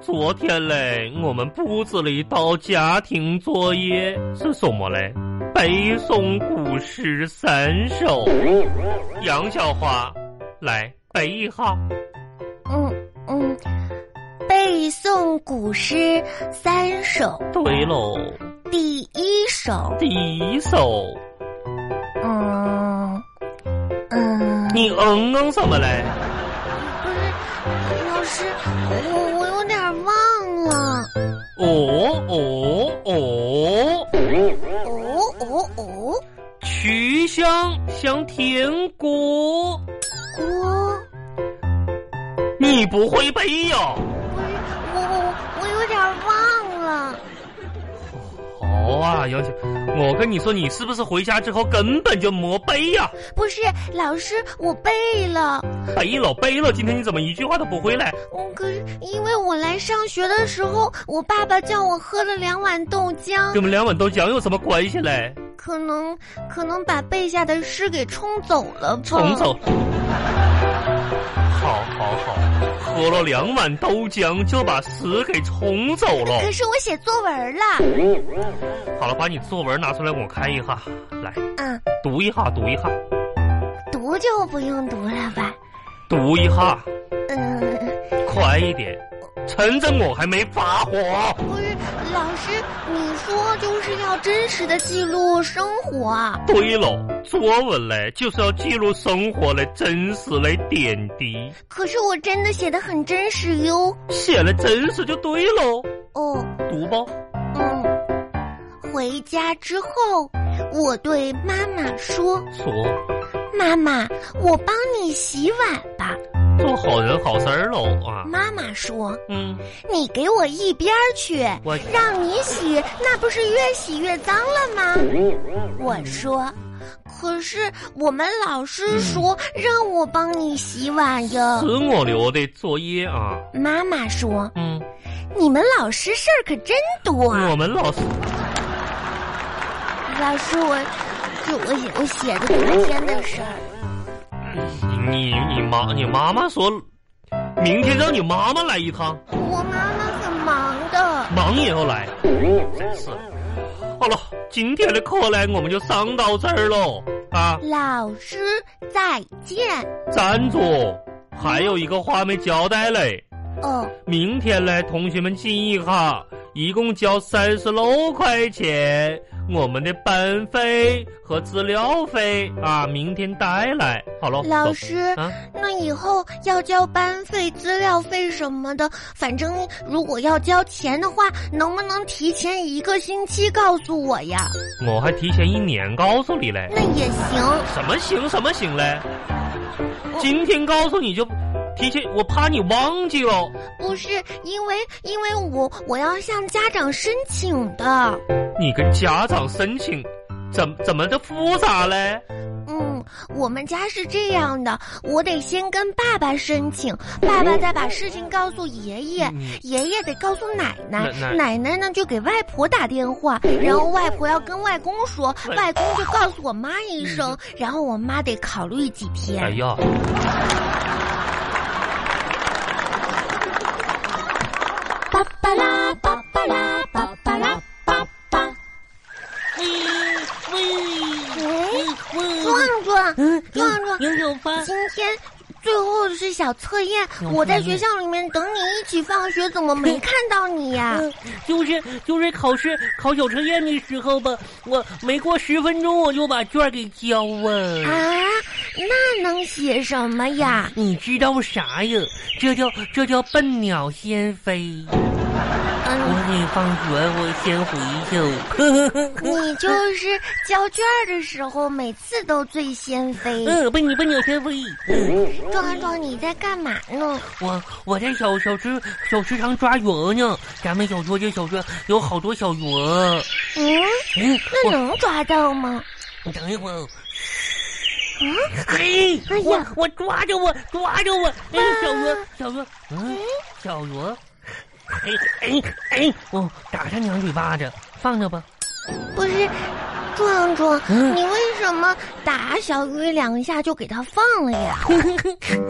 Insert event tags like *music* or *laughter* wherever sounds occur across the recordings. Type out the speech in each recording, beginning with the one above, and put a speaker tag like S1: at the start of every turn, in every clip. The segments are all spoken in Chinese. S1: 昨天嘞，我们布置了一道家庭作业，是什么嘞？背诵古诗三首。杨小花，来背一下。
S2: 嗯嗯，背诵古诗三首，
S1: 对喽，
S2: 第一首，
S1: 第一首，
S2: 嗯嗯，
S1: 你嗯嗯什么嘞？
S2: 不是，哎老师，我我有点忘了。
S1: 哦哦哦，
S2: 哦哦哦，
S1: 曲项向天歌，
S2: 哦，
S1: 你不会背呀？
S2: 不是，我我我有点忘了。
S1: 好啊，杨小，我跟你说，你是不是回家之后根本就没背呀、
S2: 不是，老师，我背了。
S1: 背了背了，今天你怎么一句话都不会嘞？
S2: 嗯，可是因为我来上学的时候，我爸爸叫我喝了两碗豆浆
S1: 跟我，们两碗豆浆有什么关系嘞？
S2: 可能可能把背下的诗给冲走了吧。
S1: 重走。好好好，喝了两碗豆浆就把屎给冲走
S2: 可
S1: 了。
S2: 是我写作文了。
S1: 好了，把你作文拿出来我看一下，来
S2: 嗯，
S1: 读一下，读一下，
S2: 读就不用读了吧。
S1: 读一下，
S2: 嗯，
S1: 快一点，趁着我还没发火。
S2: 不是，老师，你说就是要真实的记录生活啊。
S1: 对了，作文嘞就是要记录生活嘞真实嘞点滴，
S2: 可是我真的写的很真实哟。
S1: 写了真实就对喽。
S2: 哦，
S1: 读吧，
S2: 嗯，回家之后，我对妈妈说
S1: 说，：“
S2: 妈妈，我帮你洗碗吧。
S1: 做好人好事儿喽”啊。
S2: 妈妈说
S1: 嗯，：“
S2: 你给我一边儿去，
S1: 我
S2: 让你洗，那不是越洗越脏了吗？”我说。可是我们老师说让我帮你洗碗呀
S1: 是。我留的作业啊。
S2: 妈妈说
S1: 嗯，：“
S2: 你们老师事儿可真多。”
S1: 我们老师
S2: 老师，我就我写我写的昨天的事儿。
S1: 你你妈你妈妈说，明天让你妈妈来一趟，
S2: 我妈妈很忙的。
S1: 忙也要来，真是。好了，今天的课嘞我们就上到这儿喽啊。
S2: 老师再见。
S1: 站住！还有一个话没交代嘞，
S2: 哦，
S1: 明天嘞，同学们记一下，一共交三十六块钱，我们的班费和资料费啊，明天带来。好了，
S2: 老
S1: 走
S2: 师，
S1: 啊，
S2: 那以后要交班费、资料费什么的，反正如果要交钱的话，能不能提前一个星期告诉我呀？
S1: 我还提前一年告诉你嘞，
S2: 那也行。
S1: 什么行什么行嘞，今天告诉你就提前，我怕你忘记哦了。
S2: 不是因为因为我我要向家长申请的。
S1: 你跟家长申请，怎怎么的复杂嘞？
S2: 嗯，我们家是这样的，我得先跟爸爸申请，爸爸再把事情告诉爷爷，
S1: 嗯
S2: 爷爷得告诉奶奶，
S1: 奶
S2: 奶奶呢就给外婆打电话，然后外婆要跟外公说，
S1: 外
S2: 外公就告诉我妈一声，然后我妈得考虑几天。
S1: 哎呀！
S2: 巴巴拉巴巴拉巴巴拉巴巴，
S3: 喂喂
S2: 喂，
S3: 喂！
S2: 壮壮，
S3: 嗯，
S2: 壮壮，
S3: 杨小花，
S2: 今天。最后是小测验，
S3: 有
S2: 我在
S3: 作
S2: 学
S3: 业
S2: 校里面等你一起放学，怎么没看到你呀、
S3: *laughs* 嗯，就是就是考试考小测验的时候吧，我没过十分钟我就把卷儿给交啊。
S2: 啊，那能写什么呀？
S3: 你知道啥呀？这叫这叫笨鸟先飞。我
S2: 嗯，
S3: 得放学，我先回去。
S2: 你就是交卷儿的时候，每次都最先飞。
S3: 嗯，笨你笨鸟先飞。
S2: 壮壮，你在干嘛呢？
S3: 我我在小小池小池塘抓鱼呢。咱们小桌这小桌有好多小鱼。
S2: 嗯，
S3: 嗯，
S2: 那
S3: 我
S2: 能抓到吗？
S3: 你等一会儿。
S2: 嗯，
S3: 嘿，
S2: 哎呀
S3: 我我抓着我抓着我，哎，小
S2: 哇
S3: 罗小罗，
S2: 哎
S3: 嗯，小罗，哎哎哎，我打他两嘴巴子，放着吧。 *laughs*
S2: 不是，壮壮，
S3: 嗯
S2: 你为什么打小鱼两下就给它放了呀？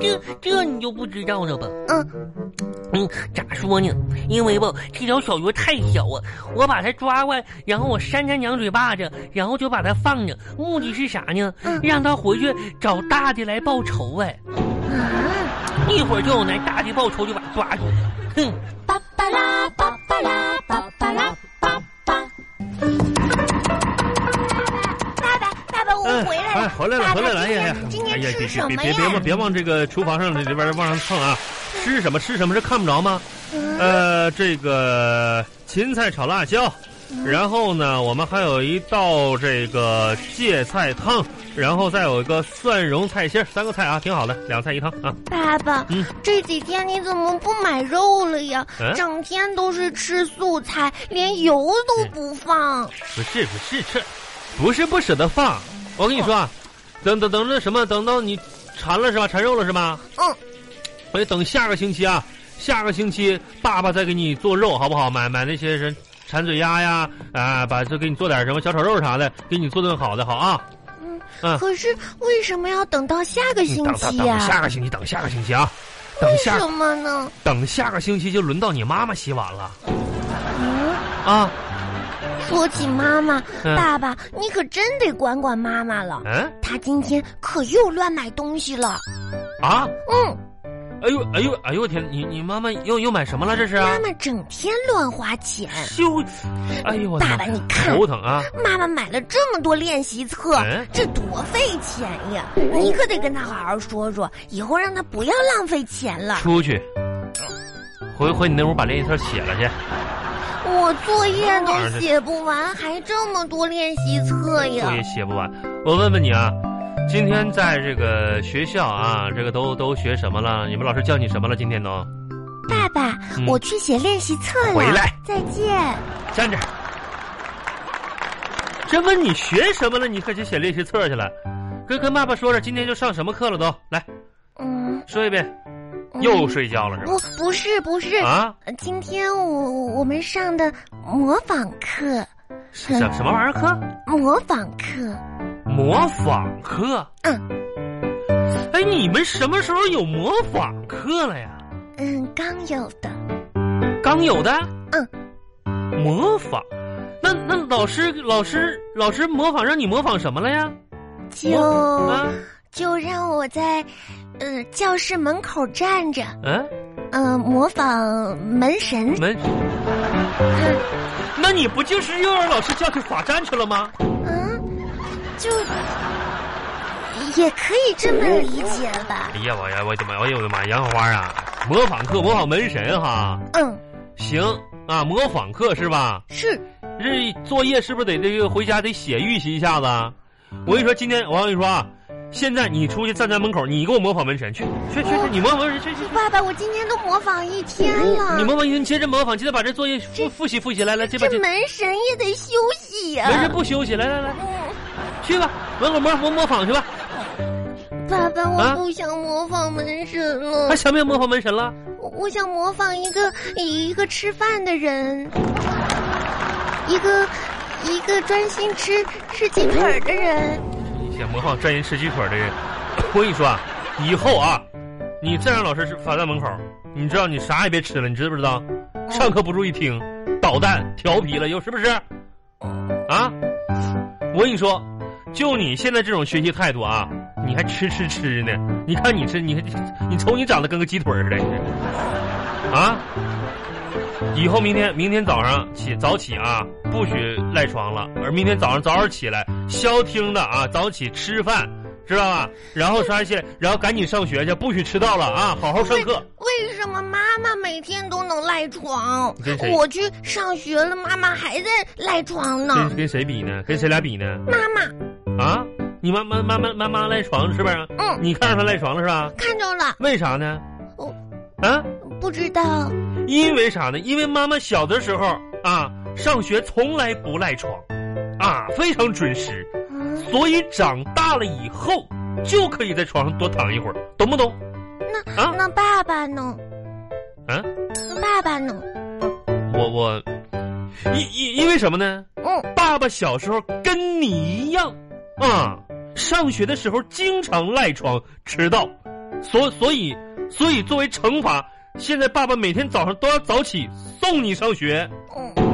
S3: 这这你就不知道了吧？
S2: 嗯，
S3: 嗯，咋说呢？因为吧，这条小鱼太小啊，我把它抓过来，然后我扇它两嘴巴子，然后就把它放着。目的是啥呢
S2: 嗯？
S3: 让它回去找大的来报仇哎！
S2: 啊，
S3: 一会儿就有来大的报仇，就把它抓住了。哼，
S2: 巴巴拉巴巴拉巴巴拉巴巴。爸爸，爸爸，我
S1: 哎
S2: 回来
S1: 哎，
S2: 了，
S1: 回来了，
S2: 爸
S1: 回
S2: 爸
S1: 来了！哎呀，
S2: 今
S1: 哎
S2: 天今
S1: 呀
S2: 天，
S1: 别
S2: 吃
S1: 别别别
S2: 什么
S1: 别往
S2: 呀？
S1: 别往这个厨房上里边儿往上蹭啊！吃什么吃什么，这看不着吗？
S2: 嗯
S1: 呃，这个芹菜炒辣椒，
S2: 嗯
S1: 然后呢，我们还有一道这个芥菜汤，然后再有一个蒜蓉菜心儿，三个菜啊，挺好的，两菜一汤啊。
S2: 爸爸
S1: 嗯，
S2: 这几天你怎么不买肉了呀
S1: 嗯？
S2: 整天都是吃素菜，连油都不放。
S1: 不是不是这，不是不舍得放。我跟你说，啊，等等等着什么？等到你馋了是吧？馋肉了是吧？
S2: 嗯，
S1: 我得等下个星期啊，下个星期爸爸再给你做肉好不好？买买那些人馋嘴鸭呀啊，把这给你做点什么小炒肉啥的，给你做顿好的好啊。嗯
S2: 可是为什么要等到下个
S1: 你
S2: 星
S1: 等等
S2: 期啊呀、
S1: 等下个星期，等下个星期啊，等
S2: 为
S1: 下
S2: 什么呢？
S1: 等下个星期就轮到你妈妈洗碗了
S2: 嗯，
S1: 啊。
S2: 说起妈妈，
S1: 嗯
S2: 爸爸，你可真得管管妈妈了。
S1: 嗯
S2: 她今天可又乱买东西了。
S1: 啊，
S2: 嗯，
S1: 哎呦哎呦哎呦我天，你你妈妈又又买什么了这是？啊
S2: 妈妈整天乱花钱。
S1: 就，哎呦我的
S2: 爸
S1: 妈
S2: 爸，你看，
S1: 头疼啊！
S2: 妈妈买了这么多练习册
S1: 嗯，
S2: 这多费钱呀！你可得跟她好好说说，以后让她不要浪费钱了。
S1: 出去，回回你那屋把练习册写
S2: 哎
S1: 了去。
S2: 我作业都写不完，还这么多练习册呀
S1: 作！业写不完。我问问你啊，今天在这个学校啊，这个都都学什么了？你们老师叫你什么了？今天都
S2: 爸爸，
S1: 嗯
S2: 我去写练习册了。
S1: 回来，
S2: 再见。
S1: 站着。这问你学什么了？你可去写练习册去了。跟跟爸爸说说，今天就上什么课了都？来
S2: 嗯，
S1: 说一遍。
S2: 嗯
S1: 又睡觉了是吧？
S2: 不，不是，不是。
S1: 啊，
S2: 呃今天我我们上的模仿课，
S1: 什什么玩意儿课？
S2: 模仿课。
S1: 模仿课。
S2: 嗯
S1: 哎，你们什么时候有模仿课了呀？
S2: 嗯，刚有的。
S1: 刚有的。
S2: 嗯。
S1: 模仿，那那老师老师老师模仿让你模仿什么了呀？
S2: 就
S1: 啊
S2: 就让我在，呃，教室门口站着，
S1: 嗯，
S2: 嗯、模仿门神。
S1: 门，
S2: 嗯
S1: 那你不就是又让老师叫去罚站去了吗？
S2: 嗯，就也可以这么理解吧
S1: 哎。呀，我呀，我的妈，哎呀，我的妈，杨花啊，模仿课模仿门神哈，
S2: 嗯，
S1: 行啊，模仿课是吧？
S2: 是。
S1: 这作业是不是得这个回家得写预习一下子啊？我跟你说，今天我跟你说啊，现在你出去站在门口，你给我模仿门神去，去去去，你模仿门神去去。去
S2: 爸爸，我今天都模仿一天了。
S1: 哦你模仿，你接着模仿，接着把这作业复复习复习，来来，这把
S2: 这
S1: 这
S2: 门神也得休息呀、
S1: 没事不休息，来来来，去吧，门口模模模仿去吧。
S2: 爸爸，
S1: 啊
S2: 我不想模仿门神了，
S1: 还想不想模仿门神了？
S2: 我我想模仿一个一个吃饭的人，一个一个专心吃吃鸡腿儿的人。
S1: 想模仿专心吃鸡腿的人，我跟你说啊，以后啊，你再让老师罚站门口，你知道你啥也别吃了，你知不知道？上课不注意听，捣蛋调皮了又是不是？啊，我跟你说，就你现在这种学习态度啊，你还吃吃吃呢？你看你吃，你你瞅你长得跟个鸡腿似的，你这啊！以后明天明天早上起早起啊，不许赖床了。而明天早上早点起来，消停的啊，早起吃饭，知道吧？然后刷些，然后赶紧上学去，不许迟到了啊！好好上课。
S2: 为什么妈妈每天都能赖床
S1: 你跟谁？
S2: 我去上学了，妈妈还在赖床呢。
S1: 跟跟谁比呢？跟谁俩比呢？
S2: 妈妈，
S1: 啊？你妈妈妈妈妈妈赖床是不是？
S2: 嗯，
S1: 你看着她赖床了是吧？
S2: 看着了，
S1: 为啥呢？
S2: 哦
S1: 啊？
S2: 不知道。
S1: 因为啥呢？因为妈妈小的时候啊，上学从来不赖床，啊，非常准时。
S2: 嗯，
S1: 所以长大了以后就可以在床上多躺一会儿，懂不懂？
S2: 那、
S1: 啊
S2: 那爸爸呢？
S1: 啊，
S2: 那爸爸呢？
S1: 我我，因因因为什么呢？
S2: 嗯，
S1: 爸爸爸小时候跟你一样，啊，上学的时候经常赖床迟到，所所以所以作为惩罚，现在
S2: 哦
S1: 爸爸每天早上都要早起送你上学。
S2: 嗯。